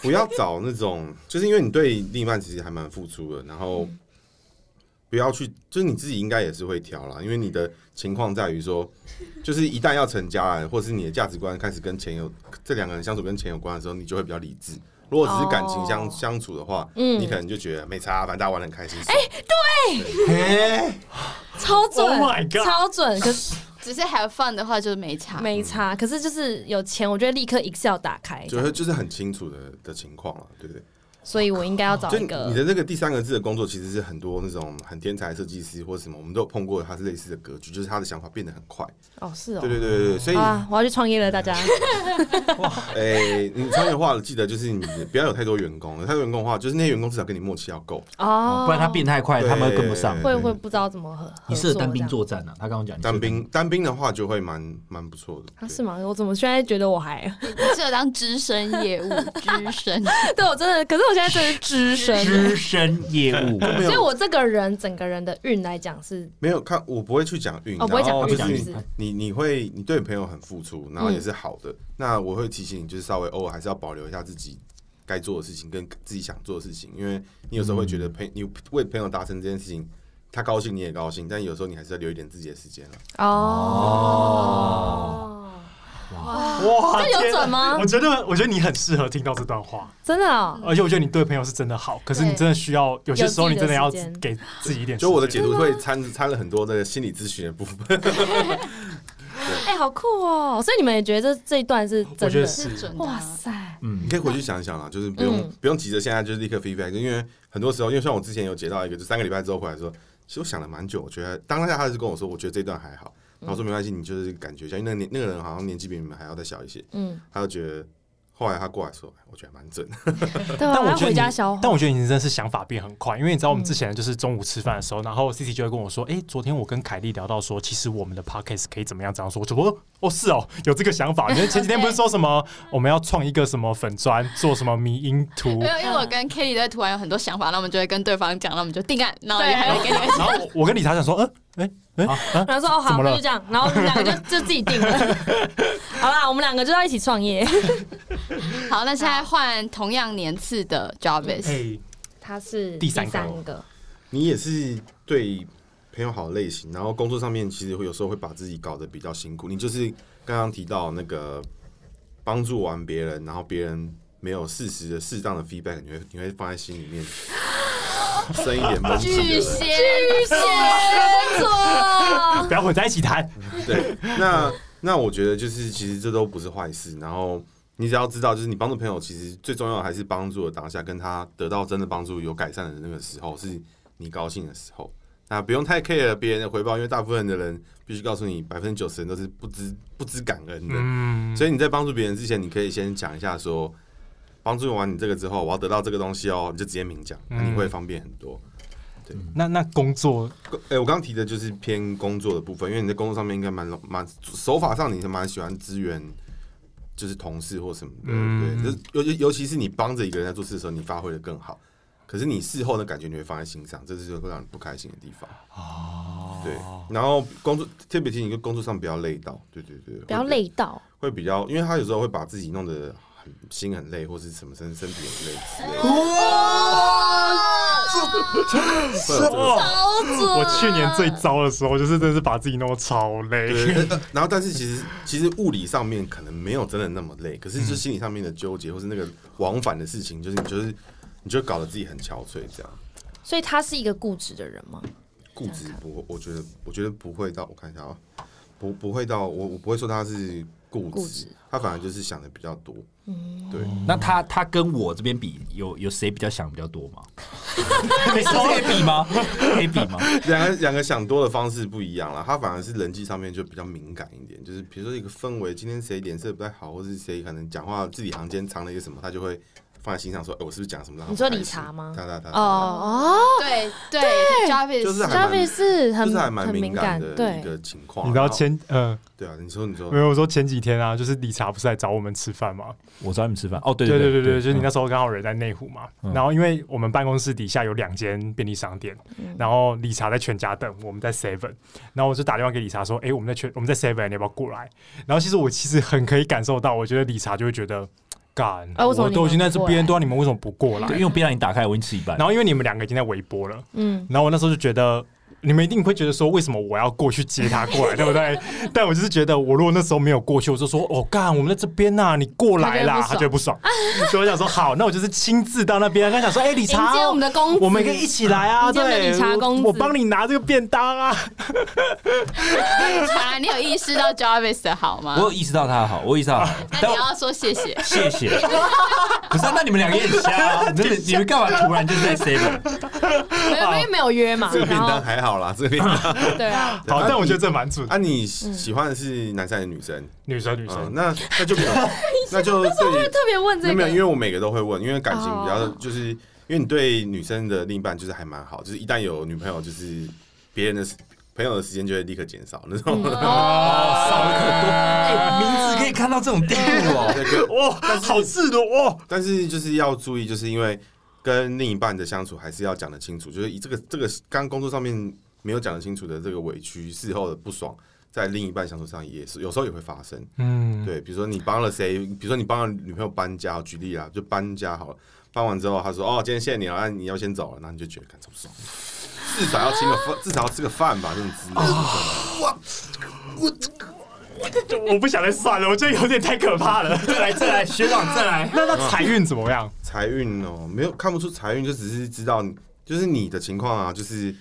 F: 不要找那种， 就是因为你对另一半其实还蛮付出的，然后不要去，就是你自己应该也是会挑啦，因为你的情况在于说，就是一旦要成家了，或是你的价值观开始跟钱有这两个人相处跟钱有关的时候，你就会比较理智。如果只是感情相、
A: 哦
F: 相处的话，
A: 嗯
F: 你可能就觉得没差，反正大家玩的很开心。
A: 超准
E: Oh my god
A: 超准，可是
B: 只是 have fun 的话就是没差。
A: 没差，可是就是有钱，我就会立刻 Excel 打开，
F: 就是就是很清楚的的情况了，对不对？
A: 所以我应该要找
F: 就
A: 一
F: 你
A: 个
F: 你的那个第三个字的工作，其实是很多那种很天才的设计师或什么，我们都有碰过，他是类似的格局，就是他的想法变得很快。
A: 哦，是哦
F: 对，对对对对，所以
A: 好啊，我要去创业了，大家，
F: 诶、你创业化了，记得就是你不要有太多员工，有太多员工的话，就是那些员工至少跟你默契要够。
A: 哦
C: 哦，不然他变太快，
F: 对
C: 他们会跟不上。
A: 会会不知道怎么合，
C: 你适合单兵
A: 合作
C: 作战啊？他刚刚讲你适合
F: 单兵单兵的话就会蛮蛮不错的。
A: 这样啊？
F: 对
A: 是吗？我怎么现在觉得我 还
B: 你适合当资深业务，资深
A: 对我真的，可是我现在真的是资深。
C: 资深业务，
F: 没
A: 所以，
F: 有
A: 我这个人整个人的运来讲是，
F: 没有看，我不会去讲运，
A: 哦不会讲
F: 然后
A: 运
F: 就是
A: 是不是
F: 你你会你对朋友很付出，然后也是好的。那我会提醒你，就是稍微偶尔还是要保留一下自己该做的事情跟自己想做的事情，因为你有时候会觉得朋你为朋友达成这件事情，他高兴你也高兴，但有时候你还是要留一点自己的时间了。
B: 哦，
E: 哇，
A: 这有
E: 天
A: 准吗
E: 我？觉得，我觉得你很适合听到这段话，
A: 真的哦，
E: 而且我觉得你对朋友是真的好，可是你
B: 对
E: 真的需要有些时候你真的
A: 有
E: 要
A: 自己的时间
E: 给自己一点时间。
F: 就我的解读会掺掺了很多的心理咨询的部分，
A: 哎，好酷哦！所以你们也觉得这这一段是真
E: 我觉
A: 的？
E: 得是嗯
B: 是准的
A: 哇
B: 啊。
A: 塞，
F: 你可以回去想一想啦，就是不用、
A: 嗯
F: 不用急着现在就立刻 feedback，因为很多时候，因为像我之前有接到一个，就三个礼拜之后回来说，其实我想了蛮久，我觉得当下他是跟我说，我觉得这段还好，
A: 嗯
F: 然后我说没关系，你就是感觉一下，因为那个年那个人好像年纪比你们还要再小一些，
A: 嗯，
F: 他就觉得后来他过来说，哎我觉得蛮准的，
A: 对吧？
E: 但我
A: 要
E: 觉得
A: 回
E: 你
A: 家消化。
E: 但我觉得你真的是想法变很快，因为你知道我们之前就是中午吃饭的时候，然后 C C 就会跟我说：“哎、昨天我跟凯莉聊到说，其实我们的 podcast 可以怎么样怎样说。”我就说：“哦，是哦，有这个想法。”因为前几天不是说什么我们要创一个什么粉砖，做什么哦迷音图
B: 没，有，因为我跟 Kelly 在突然有很多想法，那我们就会跟对方讲，那我们就定案，然后
A: 对
B: 也还会跟你 们
E: 然后我哦我跟理查想说：“嗯、哎、哎、啊
A: 然后说哦
E: 怎
A: 好，
E: 么了
A: 那就这样，然后我们两个就就自己定 了。好啦，我们两个就要一起创业。
B: 好，那现在换同样年次的 Jarvis，、
E: 哎
A: 他是
E: 第三个
A: 个，
F: 你也是对朋友好的类型，然后工作上面其实会有时候会把自己搞得比较辛苦，你就是刚刚提到那个帮助完别人，然后别人。没有适时的、适当的 feedback，你会你会放在心里面，深一点闷气的
B: 巨
F: 人。
B: 蟹，
A: 巨蟹座，
E: 呃哎不要混在一起谈。
F: 对，那那我觉得就是其实这都不是坏事。然后你只要知道，就是你帮助朋友，其实最重要的还是帮助的当下，跟他得到真的帮助有改善的那个时候，是你高兴的时候。那不用太 care 别人的回报，因为大部分的人必须告诉你，百分之九十人都是不知不知感恩的。
E: 嗯，
F: 所以你在帮助别人之前，你可以先讲一下说，帮助完你这个之后，我要得到这个东西哦，你就直接明讲，那你会方便很多。
E: 那那工作
F: 哎、我刚刚提的就是偏工作的部分，因为你在工作上面应该蛮蛮手法上，你是蛮喜欢支援，就是同事或什么的，
E: 嗯
F: 对，就是尤尤尤其是你帮着一个人在做事的时候，你发挥的更好。可是你事后的感觉你会放在心上，这是会让你不开心的地方。
E: 哦，
F: 对，然后工作特别提醒，就工作上不要累到，对对对，
A: 不要
F: 会比，
A: 累到。
F: 会比较，因为他有时候会把自己弄得很心很累，或是什么身身体很累之类的。会有这个
A: 好准
E: 我去年最糟的时候，就是真的是把自己弄得超累。
F: 对，呃然后但是其实其实物理上面可能没有真的那么累，可是就心理上面的纠结或是那个往返的事情，就是你就是你就搞得自己很憔悴这样。
A: 所以他是一个固执的人吗？
F: 固执不，我觉得我觉得不会到，我看一下啊，不不会到，我我不会说他是固
A: 固
F: 执
A: 执，
F: 他反而就是想的比较多。对，
C: 那他他跟我这边比，有有谁比较想比较 多吗？没事可以比吗？可以比吗？
F: 两个两个想多的方式不一样了，他反而是人际上面就比较敏感一点，就是比如说一个氛围，今天谁脸色不太好，或是谁可能讲话字里行间藏了一个什么，他就会放在心上说，哎、我是不是讲什么让他
A: 你说
F: 不开
A: 理
F: 心
A: 查吗
F: 他他他
E: 嗯
F: 哦，
A: 哦
B: 对对 Jarvis，
F: 就是还蛮
A: j a 是
F: 就
A: 很
F: 是还蛮
A: 很敏
F: 感的一
A: 对，
F: 个情况。
E: 你知道
F: 然后
E: 前嗯、
F: 对啊，你说你说
E: 没，有，我说前几天啊，就是理查不是来找我们吃饭嘛？
C: 我找你们吃饭哦，对
E: 对
C: 对
E: 对对，就是你
C: 嗯
E: 那时候刚好人在内湖嘛。
C: 嗯
E: 然后因为我们办公室底下有两间便利商店，
A: 嗯
E: 然后理查在全家等，我们在 Seven。然后我就打电话给理查说：“哎、我们在全我们在 Seven，你要不要过来？”然后其实我其实很可以感受到，我觉得理查就会觉得，干，
A: 啊为什么
E: 我
A: 你
E: 都已
A: 们
E: 经在
A: 不
E: 这
A: 过
E: 边，
A: 来
E: 对啊，你们为什么不过来
C: 对，？因为我便当已经打开，我已经吃一半。
E: 然后因为你们两个已经在微波了，
A: 嗯，
E: 然后我那时候就觉得，你们一定会觉得说，为什么我要过去接他过来，对不对？ 但我就是觉得，我如果那时候没有过去，我就说，哦，干，我们在这边呐、你过来啦，他
B: 他
E: 觉得
B: 就
E: 不爽。 所以我想说，好，那我就是亲自到那边，跟他讲说，哎、理
B: 迎
E: 查
B: 接我们
E: 哦。
B: 的公子，
E: 我们可以一起来啊！
B: 迎接我们的
E: 对，
B: 理查
E: 我
B: 公子
E: 我帮你拿这个便当啊！
B: 查，啊你有意识到 Jarvis 的好吗
C: 我？有意识到他的好，我有意识到他的好，
B: 啊 那
C: 但
B: 你
C: 我
B: 要说谢谢，
C: 谢谢。不是啊、那你们两个也很瞎、啊，真 的，你们干嘛突然就是在 seven？
A: 没 有因为没有约嘛，
F: 这个便
A: 然
F: 当
A: 后
F: 还好啦，这个便当。
A: 对啊，
E: 好，但我觉得这蛮准。
F: 啊，你 喜喜欢的是男生还是女生？
E: 女生，女
F: 嗯，
E: 生，
F: 那那就没有，那就 对于
A: 特别问
F: 没
A: 这
F: 有，没有，因
A: 个，
F: 为我每个都会问，因为感情比较
A: 哦
F: 就是，因为你对女生的另一半就是还蛮好，就是一旦有女朋友，就是别人的时朋友的时间就会立刻减少那种。
A: 嗯
C: 哦，少了很多。哎、名字可以看到这种地步哦。
F: 对可
E: 哇，好赤裸哦！
F: 但是就是要注意，就是因为跟另一半的相处还是要讲得清楚，就是以这个这个刚工作上面没有讲得清楚的这个委屈，事后的不爽，在另一半相处上也是有时候也会发生。
E: 嗯，
F: 对，比如说你帮了谁，比如说你帮了女朋友搬家，举例啊，就搬家好了。搬完之后，他说：“哦，今天谢谢你了，那你要先走了。”那你就觉得干超不爽，至少要请个饭，至少要吃个饭吧，这种之类的。
E: 我不想再算了，我觉得有点太可怕了。
C: 再来再来，学长再来。
E: 那那财运怎么样？
F: 财运哦，没有看不出财运，就只是知道你就是你的情况啊，就是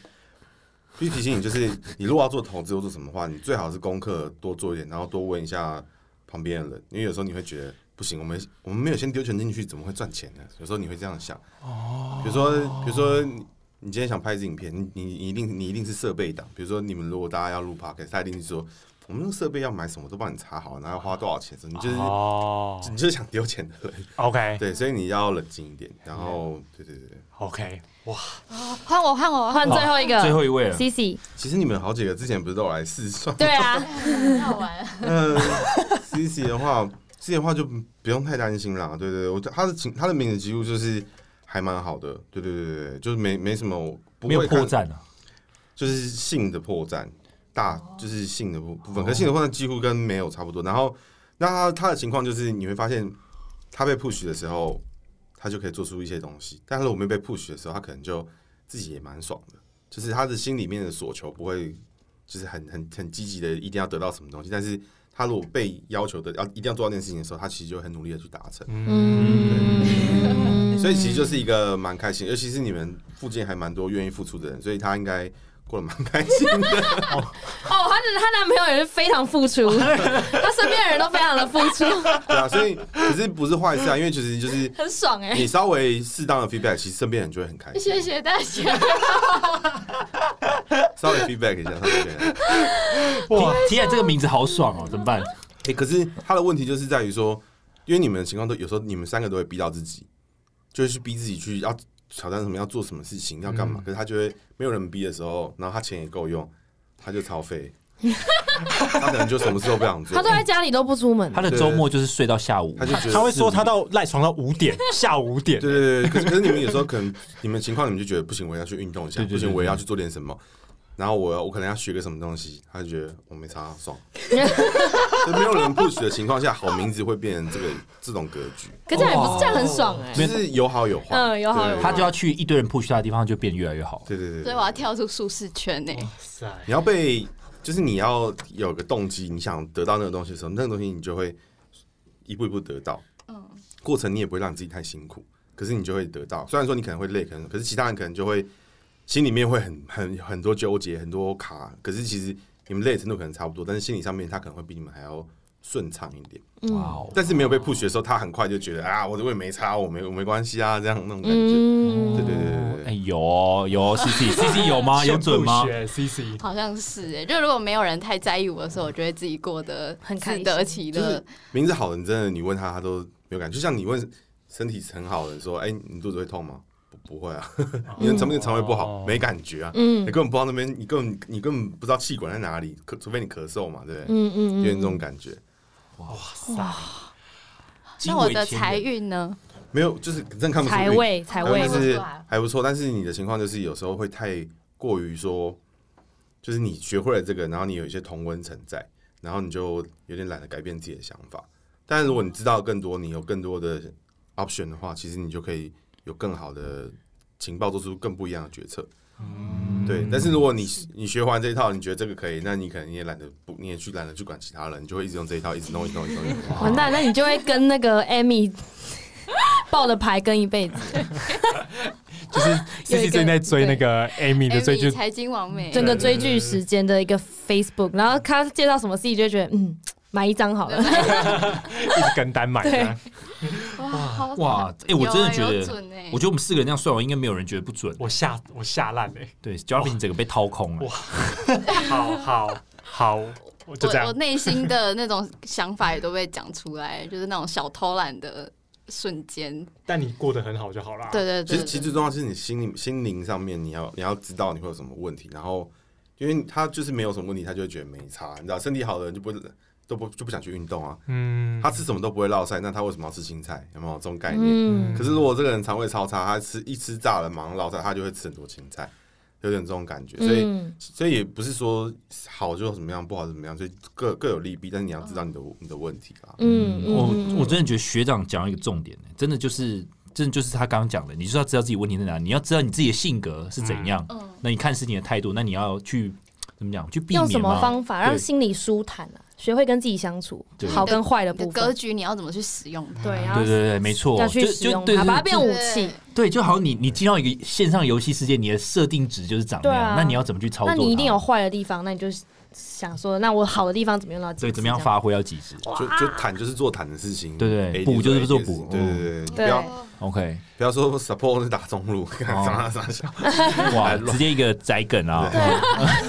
F: 必须提醒你，就是 你如果要做投资或做什么的话，你最好是功课多做一点，然后多问一下旁边的人，因为有时候你会觉得不行，我们我们没有先丢钱进去，怎么会赚钱呢？有时候你会这样想哦，比如说比如说你。你今天想拍一支影片，你你你一定你一定是设备党。比如说，你们如果大家要录 podcast，他一定是说，我们那个设备要买什么，都帮你查好，然后要花多少钱，你就是、
E: 哦
F: 你就是想丢钱的人。
E: ，OK
F: 对，所以你要冷静一点，然后
C: 嗯
F: 对对对，对
E: OK，
B: 换我，换我，
A: 换
B: 我
A: 最后一个，
C: 最后一位了，
A: C C，
F: 其实你们好几个之前不是都有来试算？
A: 对 啊，
B: 很 好玩。啊
F: 嗯，C C 的话，C C 的话就不用太担心啦。对对对，我他的情他的名字几乎就是还蛮好的，对对对对对，就是没没什么不
C: 没有
F: 会看
C: 破，绽啊。
F: 就是性的破绽大，就是性的部部分，可是性的破绽几乎跟没有差不多。然后那他他的情况就是你会发现他被 push 的时候，他就可以做出一些东西，但是我没有被 push 的时候，他可能就自己也蛮爽的，就是他的心里面的所求不会就是很很很积极的一定要得到什么东西，但是他如果被要求的要一定要做到那件事情的时候，他其实就会很努力的去达成，
A: 嗯，
F: 所以其实就是一个蛮开心，尤其是你们附近还蛮多愿意付出的人，所以他应该过得蛮开心的。
A: 哦，她的她男朋友也是非常付 出，她身边的人都非常的付出，
F: 对啊，所以可是不是坏事啊，因为其实就是
A: 很爽哎、
F: 你稍微适当的 feedback，其实身边人就会很开心。
B: 谢谢大 家，
F: 稍微 feedback 一下，稍微 feedback
C: 哇，听起来这个名字好爽哦，怎么办？
F: 一下。欸可是他的问题就是在于说，因为你们的情况都有时候你们三个都会逼到自己，就会去逼自己去要挑战什么，要做什么事情，要干
E: 嗯
F: 嘛。可是他就会没有人逼的时候，然后他钱也够用，他就超费， 他可能就什么事都不想做
A: 她都。在家里都不出门，
C: 他的周末就是睡到下午
F: 他，就觉得
E: 他会说
F: 是
E: 他到赖床到五点，下午五点。
F: 对对对，可是可是你们有时候可能你们情况，你们就觉得不行，我要去运动一下，
C: 对对对
F: 不行，我也要去做点什么。然后我要我可能要学个什么东西，他就觉得我没差，啊 爽。就没有人 push 的情况下，好名字会变成这个这种格局，
A: 可这样也不是这样很爽哎、
F: 就是有好有坏。
A: 嗯有好有坏
C: 他就要去一堆人 push 他的地方，就变越来越好。
F: 对对对
B: 所以
F: 对，
B: 我要跳出舒适圈欸呢。
E: 塞，
F: 你要被就是你要有个动机，你想得到那个东西的时候，那个东西你就会一步一步得到。
B: 嗯，
F: 过程你也不会让你自己太辛苦，可是你就会得到。虽然说你可能会累，可能可是其他人可能就会心里面会很很很多纠结，很多卡。可是其实你们累的程度可能差不多，但是心理上面他可能会比你们还要顺畅一点。
C: 哇
A: 嗯
C: 哦，
F: 但是没有被 push 的时候，他很快就觉得啊，我我也没差，我没我没关系啊，这样那种感觉。
A: 嗯，
F: 对对对对对
C: 哎，有哦有哦 CC CC 有
E: 啊
C: 吗？有准吗？
E: ？CC
B: 好像是哎，就如果没有人太在意我的时候，我觉得自己过得
A: 很开
B: 自
A: 心
B: 得其
F: 就是
B: 乐。
F: 名字好的，你真的你问他，他都没有感觉。就像你问身体很好的人说，哎、你肚子会痛吗？不不会啊， 因为肠胃肠胃不好，没感觉啊。
A: 嗯
F: 你根本不知道那边，你根本你根本不知道气管在哪里，咳除非你咳嗽嘛，对不对？
A: 嗯嗯
F: 有点
A: 嗯，
F: 这种感觉，
B: 那我的财运呢？
F: 没有，就是真的看不出
A: 财位财
F: 财
A: 位
F: 位
B: 嘛
F: 是还不错，但是你的情况就是有时候会太过于说，就是你学会了这个，然后你有一些同温层在，然后你就有点懒得改变自己的想法。但如果你知道更多，你有更多的 option 的话，其实你就可以有更好的情报，做出更不一样的决策。对，但是如果你你学完这一套，你觉得这个可以，那你可能你也懒得不，你也去懒得去管其他人，你就会一直用这一套，一直弄，一直弄，一直弄。一直弄
A: 完蛋，那你就会跟那个 Amy 抱的牌跟一辈子，
E: 就是
A: 有一
E: CC
A: 个
E: 最近在追那个 Amy 的追
B: Amy
E: 剧，
B: 哎财经王美，
A: 整个追剧时间的一个 Facebook，然后他介绍什么 C 就会觉得嗯买一张好了，
E: 一直跟单买的。
B: 哇，好
C: 哇
B: 惨，
C: 哎，我真的觉
B: 有啊有
C: 得
B: 准欸，
C: 我觉得我们四个人这样算完，应该没有人觉得不准。
E: 我吓我吓烂嘞！
C: 对 j a v i n 整个被掏空了
E: 哇。好好好，我就这
B: 我我
E: 样。
B: 内心的那种想法也都被讲出来，就是那种小偷懒的瞬间。
E: 但你过得很好就好啦。
B: 对对对
F: 其实，其实最重要是你心灵心灵上面，你要你要知道你会有什么问题，然后因为他就是没有什么问题，他就会觉得没差，你知道，身体好的人就不会都不就不想去运动啊，
E: 嗯，
F: 他吃什么都不会落晒，那他为什么要吃青菜？有没有这种概念？
A: 嗯
F: 可是如果这个人肠胃超差，他吃一吃炸了马上落晒，他就会吃很多青菜。有点这种感觉，所以、
A: 嗯，
F: 所以也不是说好就怎么样，不好就怎么样，所以各各有利弊，但是你要知道你的你的问题啊啦。
A: 嗯嗯，
C: 哦我我真的觉得学长讲到一个重点、真的就是，真的就是他刚刚讲的，你就是要知道自己问题在哪，你要知道你自己的性格是怎样，
B: 嗯，
C: 那你看事情的态度，那你要去怎么讲，去避免
A: 用什么
C: 嘛
A: 方法让
C: 对
A: 心理舒坦啊？学会跟自己相处
C: 对，
A: 好跟坏的
B: 你的
A: 部
B: 格
A: 分，
B: 局你要怎么去使用它？
A: 对，然后
C: 对对对，没错，
A: 要
C: 就
A: 去使
C: 就
A: 用
C: 对
A: 它，
C: 对
A: 把它变武
B: 对
A: 器。
C: 对，就好像你你进到一个线上游戏世界，你的设定值就是长那
A: 对
C: 样，
A: 啊
C: 那你要怎么去操作
A: 那
C: 它？
A: 你一定有坏的地方，那你就想说，那我好的地方怎么用到？
C: 对怎么样？发挥要极 致
F: 就就谈就是做谈的事情，
C: 对对
F: A
C: 补就是
F: A
C: 做
F: 点
C: 补
F: 对对对，不要
C: ？OK，
F: 不要说 support 是打中路，啥啥啥，
C: 哇，直接一个宅梗啊！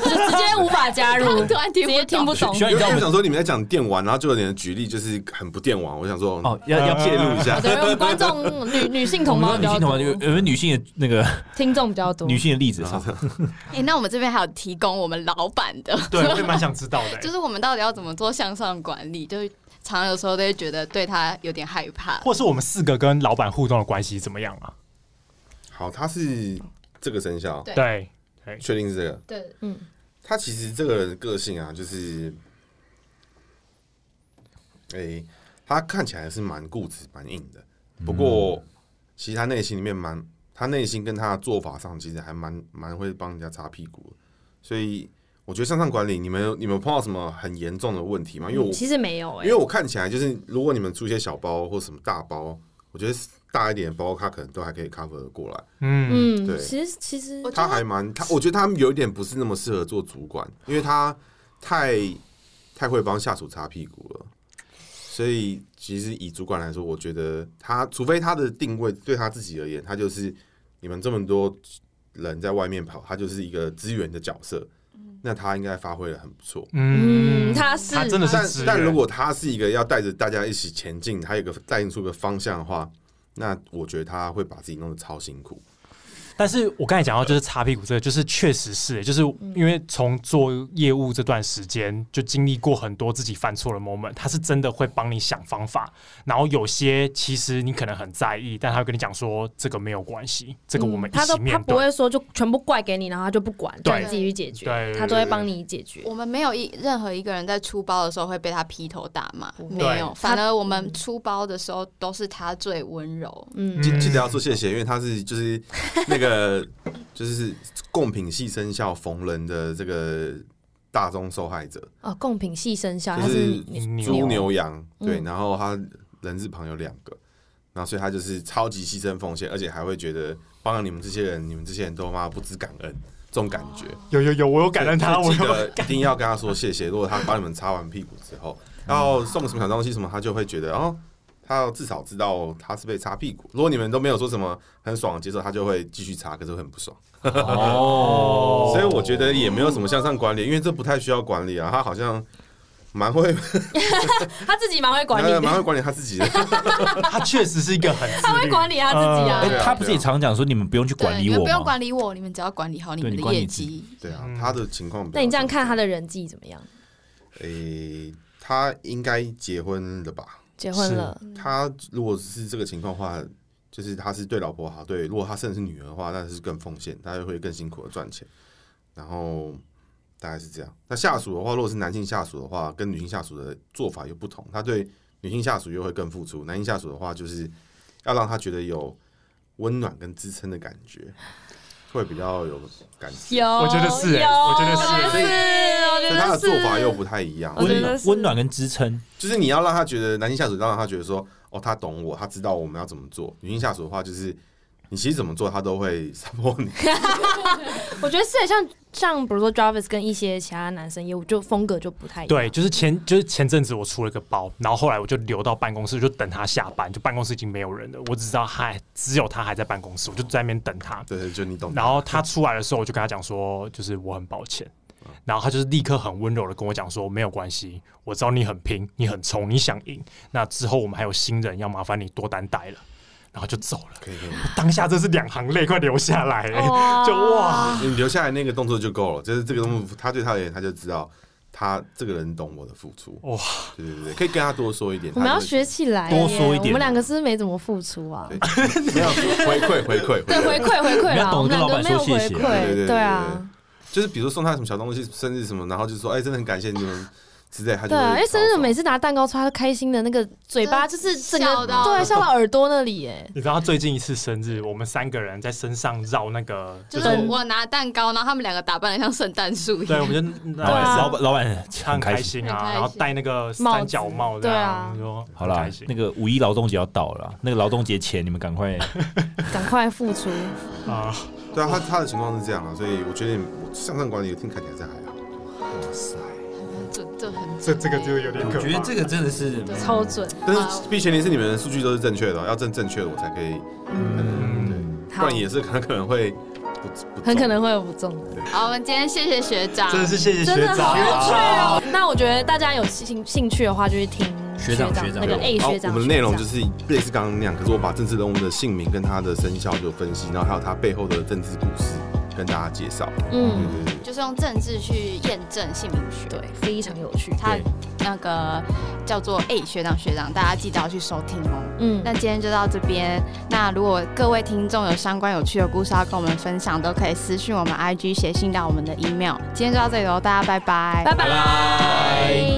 A: 就直接无法加入，
B: 突然
A: 直
B: 听不
A: 接听不懂。
C: 需要
F: 因
C: 你知道我
F: 为我们
C: 们
F: 想说你们在讲电玩，然后就有点举例就是很不电玩，我想说嗯
C: 哦，要要
F: 介入一下
A: 对，因为我们观众女女性
C: 我
A: 同胞比
C: 们说女
A: 较
C: 性同胞
A: 多
C: 就，有没有女性的那个
A: 听众比较多。
C: 女性的例子？
B: 哎、那我们这边还有提供我们老板的，
E: 对，我也蛮想知道的、
B: 就
E: 欸。
B: 是我们到底要怎么做向上管理？就是常常有时候都会觉得对他有点害怕。
E: 或是我们四个跟老板互动的关系怎么样啊？
F: 好，他是这个生肖，
B: 对
E: 对，
F: 确定是这个。
B: 对，
A: 嗯，
F: 他其实这个人的个性啊，就是，诶、他看起来是蛮固执、蛮硬的。不过，其实他内心里面蛮，他内心跟他的做法上，其实还蛮蛮会帮人家擦屁股的。所以，我觉得向上管理，你们有你们碰到什么很严重的问题吗？因为我、
A: 其实没有哎
F: 因为，我看起来就是，如果你们出一些小包或什么大包，我觉得大一点的包，他可能都还可以 cover 得过来。
E: 嗯，
A: 嗯，
F: 对
A: 其实其实
B: 我觉
F: 他
B: 得
F: 还蛮他，我觉得他有一点不是那么适合做主管，因为他太太会帮下属擦屁股了。所以其实以主管来说，我觉得他除非他的定位对他自己而言，他就是你们这么多人在外面跑，他就是一个资源的角色，那他应该发挥的很不错。
A: 嗯，
E: 嗯，
A: 他是
E: 他真的是
F: 但
E: 职
F: 但
E: 员
F: 如果他是一个要带着大家一起前进，还有一个带领出一个方向的话，那我觉得他会把自己弄得超辛苦。
E: 但是我刚才讲到就是擦屁股这个，就是确实是、就是
A: 嗯
E: 因为从做业务这段时间，就经历过很多自己犯错的 moment，他是真的会帮你想方法，然后有些其实你可能很在意，但他会跟你讲说这个没有关系，这个我们
A: 嗯
E: 一
A: 他都
E: 起
A: 他
E: 面
A: 不
E: 对。
A: 会说就全部怪给你，然后他就不管，
E: 对
A: 叫你自己去解决
E: 对对，对
A: 他都会帮你解决。
B: 我们没有一任何一个人在出包的时候会被他劈头大骂，
A: 不会
B: 没有，
A: 他
B: 反而我们出包的时候都是他最温柔。
A: 嗯，
F: 记记得要说谢谢，因为他是就是那个 就是贡品系生肖逢人的这个大宗受害者，
A: 哦，贡品系生肖，
F: 就
A: 他是
F: 是嗯
E: 牛
F: 猪牛羊
A: 嗯
F: 对，然后他人字旁有两个，然后所以他就是超级牺牲奉献，而且还会觉得帮了你们这些人，你们这些人都妈不知感恩这种感觉。
E: 有有有，我有感恩他，
F: 所
E: 我
F: 以记
E: 有
F: 得一定要跟他说谢谢。如果他帮你们擦完屁股之后，
A: 嗯
F: 然后送什么小东西什么，他就会觉得哦，他要至少知道他是被擦屁股。如果你们都没有说什么很爽的接受，他就会继续擦，可是会很不爽。
C: 哦
F: 所以我觉得也没有什么向上管理，因为这不太需要管理啊。他好像蛮会
A: 他自己蛮 会管理 的，
F: 蛮会管理他自己的。
E: 他确实是一个很自
A: 他会
E: 律
A: 管理他自己
C: 哎
A: 啊。
F: 对啊
C: 他不是也常讲说你们不用去
B: 对，
C: 管理
B: 你们
C: 我
B: 不用
C: 吗？
B: 管理我，你们只要管理好你
C: 对
B: 们
C: 你
B: 的
C: 管理
B: 业
C: 自己
B: 绩。
F: 对 啊，他的情况。
A: 那你这样看他，的人际怎么样？
F: 诶、他应该结婚了吧？
A: 结婚了，
F: 他如果是这个情况的话，就是他是对老婆好，对，如果他甚至是女儿的话，那是更奉献，他会更辛苦的赚钱。然后大概是这样。那下属的话，如果是男性下属的话，跟女性下属的做法又不同，他对女性下属又会更付出，男性下属的话就是要让他觉得有温暖跟支撑的感觉，会比较有感觉。
A: 有，
E: 我觉得是
A: 有
E: 哎我觉得是欸
A: 我觉得是，我觉
F: 所以
A: 得
F: 他的
A: 是
F: 做法又不太一样，
A: 我觉
C: 温
A: 得
C: 暖
A: 是
C: 温暖跟支撑，
F: 就是你要让他觉得男性下属，让他觉得说，哦，他懂我，他知道我们要怎么做。女性下属的话，就是你其实怎么做，他都会 support 你。
A: 我觉得是像像比如说 Jarvis 跟一些其他男生业务就风格就不太一样。
E: 对，，就是前就是前阵子我出了个包，然后后来我就留到办公室，就等他下班，就办公室已经没有人了，我只知道他还只有他还在办公室，我就在那边等他。
F: 对，就你懂。
E: 然后他出来的时候，我就跟他讲说，就是我很抱歉。然后他就是立刻很温柔的跟我讲说，没有关系，我知道你很拼，你很冲，你想赢。那之后我们还有新人，要麻烦你多担待了。然后就走了，
F: 可以可以，
E: 当下真是两行泪快流下来、欸
A: 哇
E: 就哇，
F: 你留下来那个动作就够了。就是这个动作，他对他而言，他就知道他这个人懂我的付出。
E: 哇，
F: 对对对，可以跟他多说一点。
A: 我们
F: 他
A: 要
F: 就
A: 学起来耶，
C: 多说一点
A: 我们两个是不是没怎么付出啊
F: 对，没有回馈回馈
A: 对，回馈回馈
C: 你
A: 啦，
C: 要懂
A: 我们
C: 跟
A: 两
C: 老
A: 个
C: 板
A: 没有
C: 说
A: 回
C: 谢谢
F: 对对
A: 馈，
F: 对
A: 对啊，
F: 就是比如送他什么小东西，生日什么，然后就说哎，真的很感谢你们之类，他就
A: 对啊，因为
F: 为
A: 生日每次拿蛋糕出来，他开心的那个嘴巴就是整
B: 笑
A: 个
B: 到
A: 对啊笑到耳朵那里耶，
E: 你知道他最近一次生日，我们三个人在身上绕那个，
B: 就是
A: 对
B: 我拿蛋糕，然后他们两个打扮的像圣诞树一
E: 对，
B: 样
E: 我。们就
C: 老板
A: 对啊
C: 老板老板
E: 他
C: 很
E: 很
C: 开
E: 开心
C: 心。
B: 很开
E: 啊，
B: 心
E: 然后戴那个三角帽这样，说
C: 好啦
E: 开，心
C: 那个五一劳动节要到了啦，那个劳动节前你们 赶快，
A: 赶快付出，
E: 啊，
F: 对啊，他他的情况是这样啊，所以我觉得我向上管理听看起来是还好。哇塞！
B: 这这很
E: 这这个就有点可怕。
C: 这个真的是
A: 超准。
F: 但是必须前提是你们的数据都是正确的哦，要正正确的我才可以，嗯，对，不
A: 好
F: 然，也是很可能会不不中
A: 很可能会有不中，
B: 好，我们今天谢谢学长，
E: 真的是谢谢
A: 真
E: 学
A: 的好有趣
E: 长，
F: 啊
A: 哦。那我觉得大家有兴兴趣的话，就去听
C: 学长学长
A: 那个 A
F: 好
A: 学长。
F: 我们的内容
A: 学长
F: 就是类似刚刚那样，可是我把政治人物的姓名跟他的生肖就分析，然后还有他背后的政治故事跟大家介绍。对
A: 嗯，
F: 对对。
B: 就是用政治去验证姓名学。
A: 对，非常有趣。
B: 他那个叫做 A 学长学长，大家记得要去收听哦。
A: 嗯，
B: 那今天就到这边。那如果各位听众有相关有趣的故事要跟我们分享，都可以私讯我们 IG 写信到我们的 email。今天就到这里喽，大家拜拜，
A: 拜拜。